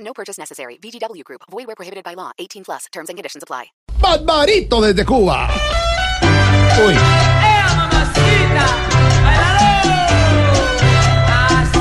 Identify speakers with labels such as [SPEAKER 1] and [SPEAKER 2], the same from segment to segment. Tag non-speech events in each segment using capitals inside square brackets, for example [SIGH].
[SPEAKER 1] No purchase necessary. VGW Group. Void where prohibited by law. 18 plus. Terms and conditions apply.
[SPEAKER 2] Barbarito desde Cuba. Uy.
[SPEAKER 3] ¡Ea, mamacita! ¡Bailalo! ¡Así!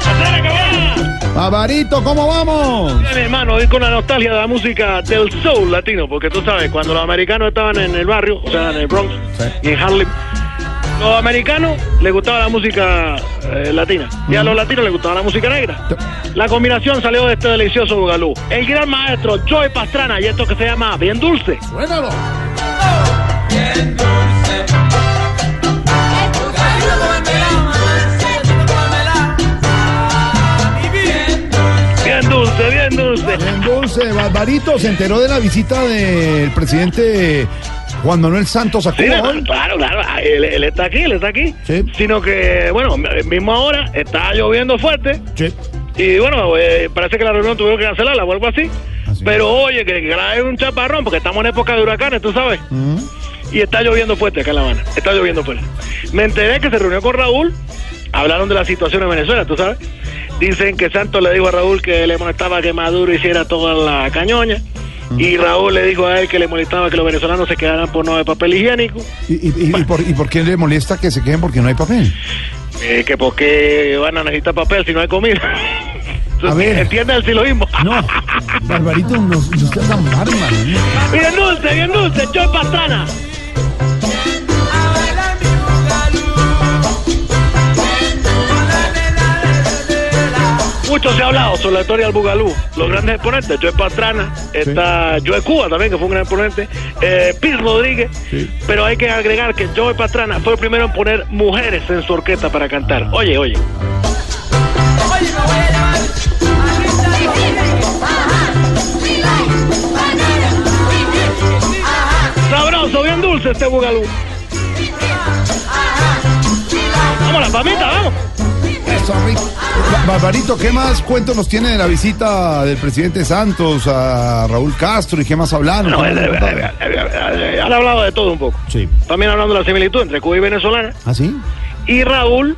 [SPEAKER 4] ¡Sara Cabana!
[SPEAKER 2] Barbarito, ¿cómo vamos?
[SPEAKER 4] Bien, mi hermano, hoy con la nostalgia de la música del soul latino, porque tú sabes, cuando los americanos estaban en el barrio, o sea, en el Bronx y en Harlem, los americanos les gustaba la música eh, latina y a los latinos les gustaba la música negra. La combinación salió de este delicioso bugalú. El gran maestro Joy Pastrana y esto que se llama Bien Dulce.
[SPEAKER 2] Suénalo.
[SPEAKER 3] ¡Bien dulce! ¡Ayuda a comérmela, mamacita! ¡Comérmela! ¡Y bien dulce!
[SPEAKER 4] Bien dulce, bien dulce.
[SPEAKER 2] Entonces, Barbarito se enteró de la visita del presidente Juan Manuel Santos a
[SPEAKER 4] Sí,
[SPEAKER 2] Cuba. hoy.
[SPEAKER 4] claro, claro, ah, él, él está aquí, él está aquí.
[SPEAKER 2] Sí.
[SPEAKER 4] Sino que, bueno, mismo ahora está lloviendo fuerte.
[SPEAKER 2] Sí.
[SPEAKER 4] Y bueno, eh, parece que la reunión tuvieron que cancelarla o algo así.
[SPEAKER 2] Así es.
[SPEAKER 4] Pero oye, que es un chaparrón, porque estamos en época de huracanes, tú sabes. Y está lloviendo fuerte acá en La Habana. Está lloviendo fuerte. Me enteré que se reunió con Raúl. Hablaron de la situación en Venezuela, tú sabes. Dicen que Santos le dijo a Raúl que le molestaba que Maduro hiciera toda la cañoña. Y Raúl le dijo a él que le molestaba que los venezolanos se quedaran por no de papel higiénico.
[SPEAKER 2] ¿Y, y- y- y por, y por qué le molesta que se queden? Porque no hay papel.
[SPEAKER 4] Eh, que porque van a necesitar papel si no hay comida. [LAUGHS]
[SPEAKER 2] A ver.
[SPEAKER 4] ¿Entiendes el silogismo?
[SPEAKER 2] Barbarito, nos, nos queda tan
[SPEAKER 4] Bien dulce, bien dulce, Choy Pastrana.
[SPEAKER 3] ¡A bailar mi bugalú! ¡Bien dulce! ¡Lela,
[SPEAKER 4] Mucho se ha hablado sobre la historia del Bugalú. Los grandes exponentes, Choy Pastrana, está Joe Cuba también, que fue un gran exponente, eh, Piz Rodríguez.
[SPEAKER 2] Sí.
[SPEAKER 4] Pero hay que agregar que Joe Pastrana fue el primero en poner mujeres en su orquesta para cantar. Oye, oye.
[SPEAKER 3] Oye, me voy a llevar a mi
[SPEAKER 4] Sabroso, bien dulce este Bugalú. Vamos, la pamita, vamos.
[SPEAKER 2] Barbarito, ¿qué más cuento nos tiene de la visita del presidente Santos a Raúl Castro y qué más hablaron?
[SPEAKER 4] No, eh, eh, eh, eh, eh, eh, han hablado de todo un poco.
[SPEAKER 2] Sí.
[SPEAKER 4] También hablando de la similitud entre Cuba y Venezolana.
[SPEAKER 2] ¿Ah, sí?
[SPEAKER 4] Y Raúl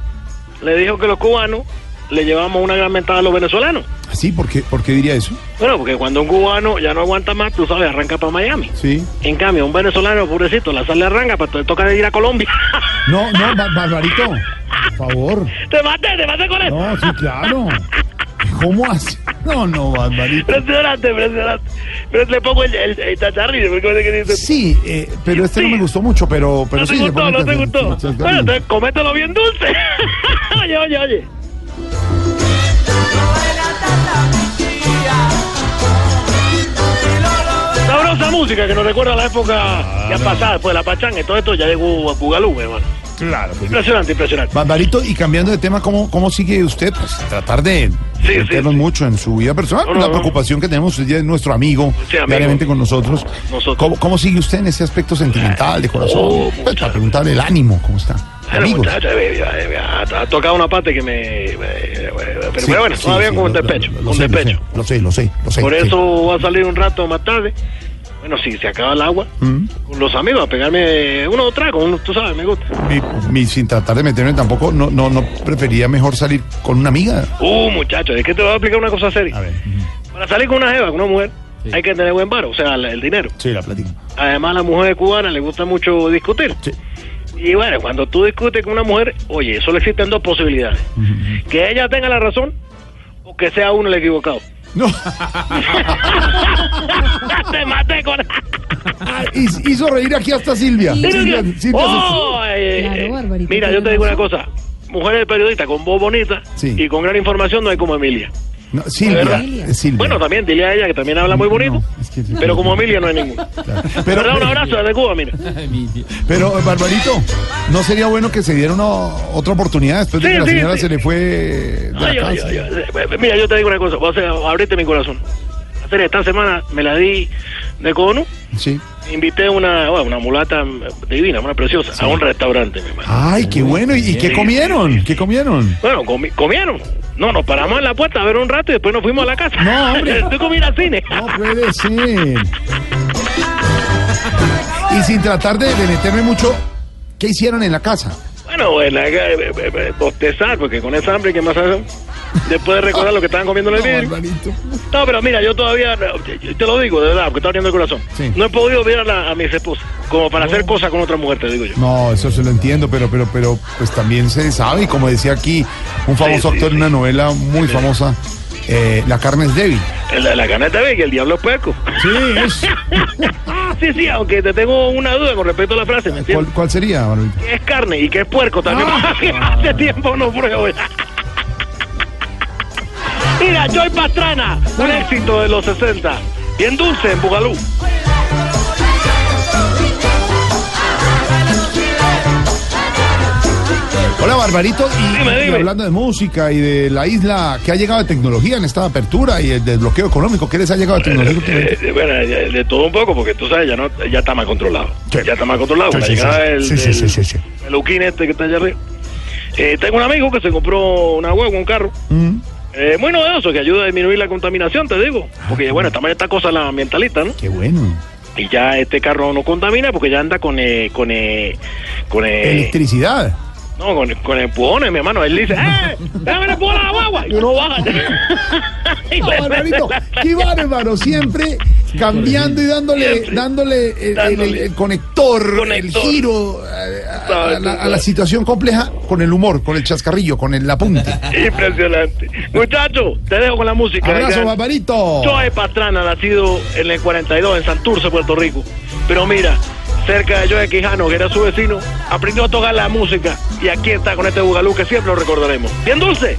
[SPEAKER 4] le dijo que los cubanos le llevamos una gran ventaja a los venezolanos.
[SPEAKER 2] ¿Ah, sí? ¿Por qué, por qué diría eso?
[SPEAKER 4] Bueno, porque cuando un cubano ya no aguanta más, tú sabes, arranca para Miami.
[SPEAKER 2] Sí.
[SPEAKER 4] En cambio, un venezolano pobrecito, la sale arranca, pero te toca ir a Colombia. [LAUGHS]
[SPEAKER 2] No, no, Ba- Barbarito, por favor.
[SPEAKER 4] te maté, te maté con esto.
[SPEAKER 2] No, sí, claro. ¿Cómo hace? No, no, Barbarito.
[SPEAKER 4] Impresionante, impresionante. Pero le pongo el, el, el chacharrillo, porque me que dice.
[SPEAKER 2] Sí, eh, pero este no me gustó mucho, pero, pero
[SPEAKER 4] No te
[SPEAKER 2] sí. se
[SPEAKER 4] gustó,
[SPEAKER 2] pone
[SPEAKER 4] no te
[SPEAKER 2] tan-
[SPEAKER 4] gustó.
[SPEAKER 2] tan- tan-
[SPEAKER 4] Bueno, entonces comételo bien dulce. [LAUGHS] oye, oye, oye. Sabrosa música que nos recuerda a la época
[SPEAKER 2] Ah,
[SPEAKER 4] ya pasada, después de la pachanga y todo esto, ya llegó a Bugalú, hermano.
[SPEAKER 2] Claro. que sí.
[SPEAKER 4] Impresionante, impresionante.
[SPEAKER 2] Barbarito, y cambiando de tema, ¿cómo, cómo sigue usted? Pues tratar de
[SPEAKER 4] sí,
[SPEAKER 2] meternos
[SPEAKER 4] sí.
[SPEAKER 2] mucho en su vida personal.
[SPEAKER 4] No, no,
[SPEAKER 2] la
[SPEAKER 4] no.
[SPEAKER 2] preocupación que tenemos usted es nuestro amigo,
[SPEAKER 4] Sí, amigo.
[SPEAKER 2] diariamente con nosotros.
[SPEAKER 4] Nosotros.
[SPEAKER 2] ¿Cómo, cómo sigue usted en ese aspecto sentimental, de corazón?
[SPEAKER 4] Oh,
[SPEAKER 2] Pues, para preguntarle el ánimo, ¿cómo está?
[SPEAKER 4] Bueno,
[SPEAKER 2] Amigos.
[SPEAKER 4] muchacha, eh, eh, eh, ha, ha tocado una parte que me. me- eh, pero,
[SPEAKER 2] Sí,
[SPEAKER 4] pero bueno,
[SPEAKER 2] sí,
[SPEAKER 4] todavía
[SPEAKER 2] sí, lo-
[SPEAKER 4] con
[SPEAKER 2] lo-
[SPEAKER 4] despecho.
[SPEAKER 2] lo
[SPEAKER 4] Con
[SPEAKER 2] sé, lo sé,
[SPEAKER 4] despecho.
[SPEAKER 2] Lo sé, lo sé, lo sé.
[SPEAKER 4] Por
[SPEAKER 2] sí.
[SPEAKER 4] eso voy a salir un rato más tarde. Bueno, si se acaba el agua,
[SPEAKER 2] Mm,
[SPEAKER 4] con los amigos a pegarme uno o trago, uno, tú sabes, me gusta.
[SPEAKER 2] Mi, mi- sin tratar de meterme tampoco, no, no, no prefería mejor salir con una amiga.
[SPEAKER 4] Uh, muchacho, es que te voy a explicar una cosa seria.
[SPEAKER 2] ver.
[SPEAKER 4] Para salir con una jeva, con una mujer, hay que tener buen varo, o sea, la- el dinero.
[SPEAKER 2] Sí, la platica.
[SPEAKER 4] Además, a la mujer cubana le gusta mucho discutir.
[SPEAKER 2] Sí.
[SPEAKER 4] Y bueno, cuando tú discutes con una mujer, oye, solo existen dos posibilidades. Que ella tenga la razón o que sea uno el
[SPEAKER 5] [LAUGHS]
[SPEAKER 4] equivocado.
[SPEAKER 2] No. [LAUGHS]
[SPEAKER 4] Te maté con...
[SPEAKER 2] Hiz- Hizo reír aquí hasta Silvia. Silvia, Silvia se-
[SPEAKER 4] Oh, eh,
[SPEAKER 5] Claro,
[SPEAKER 4] eh,
[SPEAKER 5] Barbarito,
[SPEAKER 4] mira, yo
[SPEAKER 5] tienes
[SPEAKER 4] te digo una
[SPEAKER 5] razón.
[SPEAKER 4] cosa. Mujeres periodistas con voz bonita
[SPEAKER 2] Sí.
[SPEAKER 4] y con gran información no hay como Emilia.
[SPEAKER 2] No, Silvia.
[SPEAKER 4] Emilia.
[SPEAKER 2] eh, Silvia.
[SPEAKER 4] Bueno, también, dile a ella que también habla muy bonito.
[SPEAKER 2] No, es que-
[SPEAKER 4] Pero como Emilia no hay ninguno.
[SPEAKER 2] Pero,
[SPEAKER 4] Pero un abrazo desde Cuba, mira.
[SPEAKER 2] pero, eh, Barbarito, ¿no sería bueno que se diera una, otra oportunidad después de
[SPEAKER 4] Sí,
[SPEAKER 2] que la
[SPEAKER 4] sí,
[SPEAKER 2] señora
[SPEAKER 4] sí.
[SPEAKER 2] se le fue de la
[SPEAKER 4] Ay, ay,
[SPEAKER 2] casa?
[SPEAKER 4] ay, ay, ay. Mira, yo te digo una cosa, o sea, abrete mi corazón. La serie, Esta semana me la di de cono,
[SPEAKER 2] Sí.
[SPEAKER 4] invité una, bueno, una mulata divina, una preciosa, a un restaurante, mi hermano.
[SPEAKER 2] Ay, qué bueno. ¿Y, y qué comieron? ¿Qué comieron?
[SPEAKER 4] Bueno, comi- comieron. No, nos paramos en la puerta a ver un rato y después nos fuimos a la casa.
[SPEAKER 2] No, hombre.
[SPEAKER 4] [LAUGHS] Estoy comiendo al cine.
[SPEAKER 2] No puede ser. Y sin tratar de, de meterme mucho, ¿qué hicieron en la casa?
[SPEAKER 4] Bueno, bueno, eh, eh, eh, bostezar, porque con esa hambre que más hace, después de recordar lo que estaban comiendo en el
[SPEAKER 2] No,
[SPEAKER 4] vidrio.
[SPEAKER 2] Barbarito.
[SPEAKER 4] No, pero mira, yo todavía, no, yo te lo digo de verdad, porque está abriendo el corazón.
[SPEAKER 2] Sí.
[SPEAKER 4] No he podido ver a, la- a mis esposas, como para hacer cosas con otra mujer, te digo yo.
[SPEAKER 2] No, eso se lo entiendo, pero, pero, pero, pues también se sabe, y como decía aquí un famoso
[SPEAKER 4] sí,
[SPEAKER 2] actor en
[SPEAKER 4] sí.
[SPEAKER 2] una novela muy famosa, eh, La carne es débil.
[SPEAKER 4] La, la gana está bien, que el diablo es puerco. Ah,
[SPEAKER 2] Sí, es.
[SPEAKER 4] [LAUGHS] sí, sí, aunque te tengo una duda con respecto a la frase, ¿me
[SPEAKER 2] ¿Cuál,
[SPEAKER 4] entiendes?
[SPEAKER 2] cuál sería, Barbarito?
[SPEAKER 4] Que es carne y que es puerco también.
[SPEAKER 2] Ah.
[SPEAKER 4] [LAUGHS] Hace tiempo no pruebo. [LAUGHS] ya. mira, Joy Pastrana, un éxito de los 60. Bien dulce en Bugalú.
[SPEAKER 2] Hola, Barbarito. Y,
[SPEAKER 4] Dime,
[SPEAKER 2] y
[SPEAKER 4] dime.
[SPEAKER 2] hablando de música y de la isla que ha llegado de tecnología en esta apertura y el desbloqueo económico, ¿qué les ha llegado de tecnología?
[SPEAKER 4] Eh,
[SPEAKER 2] últimamente?
[SPEAKER 4] eh, bueno, de, de todo un poco, porque tú sabes, ya no, ya está más controlado.
[SPEAKER 2] Sí.
[SPEAKER 4] Ya está más controlado.
[SPEAKER 2] Sí,
[SPEAKER 4] con la
[SPEAKER 2] sí,
[SPEAKER 4] llegada
[SPEAKER 2] sí.
[SPEAKER 4] del-
[SPEAKER 2] Sí, sí,
[SPEAKER 4] del-
[SPEAKER 2] sí, sí, sí.
[SPEAKER 4] el Uquín este que está allá arriba. Eh, tengo un amigo que se compró una huevo, un carro.
[SPEAKER 2] Mm,
[SPEAKER 4] Eh, muy novedoso, que ayuda a disminuir la contaminación, te digo.
[SPEAKER 2] Ah,
[SPEAKER 4] Porque, bueno, también esta cosa la ambientalista, ¿no?
[SPEAKER 2] qué bueno.
[SPEAKER 4] Y ya este carro no contamina porque ya anda con eh, con eh, con eh,
[SPEAKER 2] Electricidad.
[SPEAKER 4] no, con, con empujones, mi hermano. Él dice, ¡eh! ¡Déjame el empujón a la guagua! Y uno baja. [LAUGHS] Y
[SPEAKER 2] No,
[SPEAKER 4] le- [LAUGHS]
[SPEAKER 2] Barbarito, qué bárbaro, siempre cambiando y dándole,
[SPEAKER 4] Siempre.
[SPEAKER 2] dándole, el- el,
[SPEAKER 4] Dándole.
[SPEAKER 2] el conector, el
[SPEAKER 4] Conector.
[SPEAKER 2] giro a, a-
[SPEAKER 4] Sabes,
[SPEAKER 2] a la,
[SPEAKER 4] tú
[SPEAKER 2] a la
[SPEAKER 4] sabes.
[SPEAKER 2] situación compleja con el humor, con el chascarrillo, con el
[SPEAKER 4] [LAUGHS]
[SPEAKER 2] apunte.
[SPEAKER 4] Impresionante. Muchachos, te dejo con la música.
[SPEAKER 2] Abrazo,
[SPEAKER 4] Gran-
[SPEAKER 2] Barbarito.
[SPEAKER 4] Joe Pastrana, nacido en el 42 en Santurce, Puerto Rico. Pero mira, cerca de Joe Quijano, que era su vecino, aprendió a tocar la música. Y aquí está con este bugalú que siempre lo recordaremos. Bien dulce.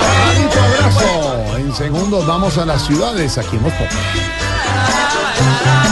[SPEAKER 2] Barbarito, abrazo. En segundos vamos a las ciudades aquí en Voz Populi.
[SPEAKER 3] la, la, la.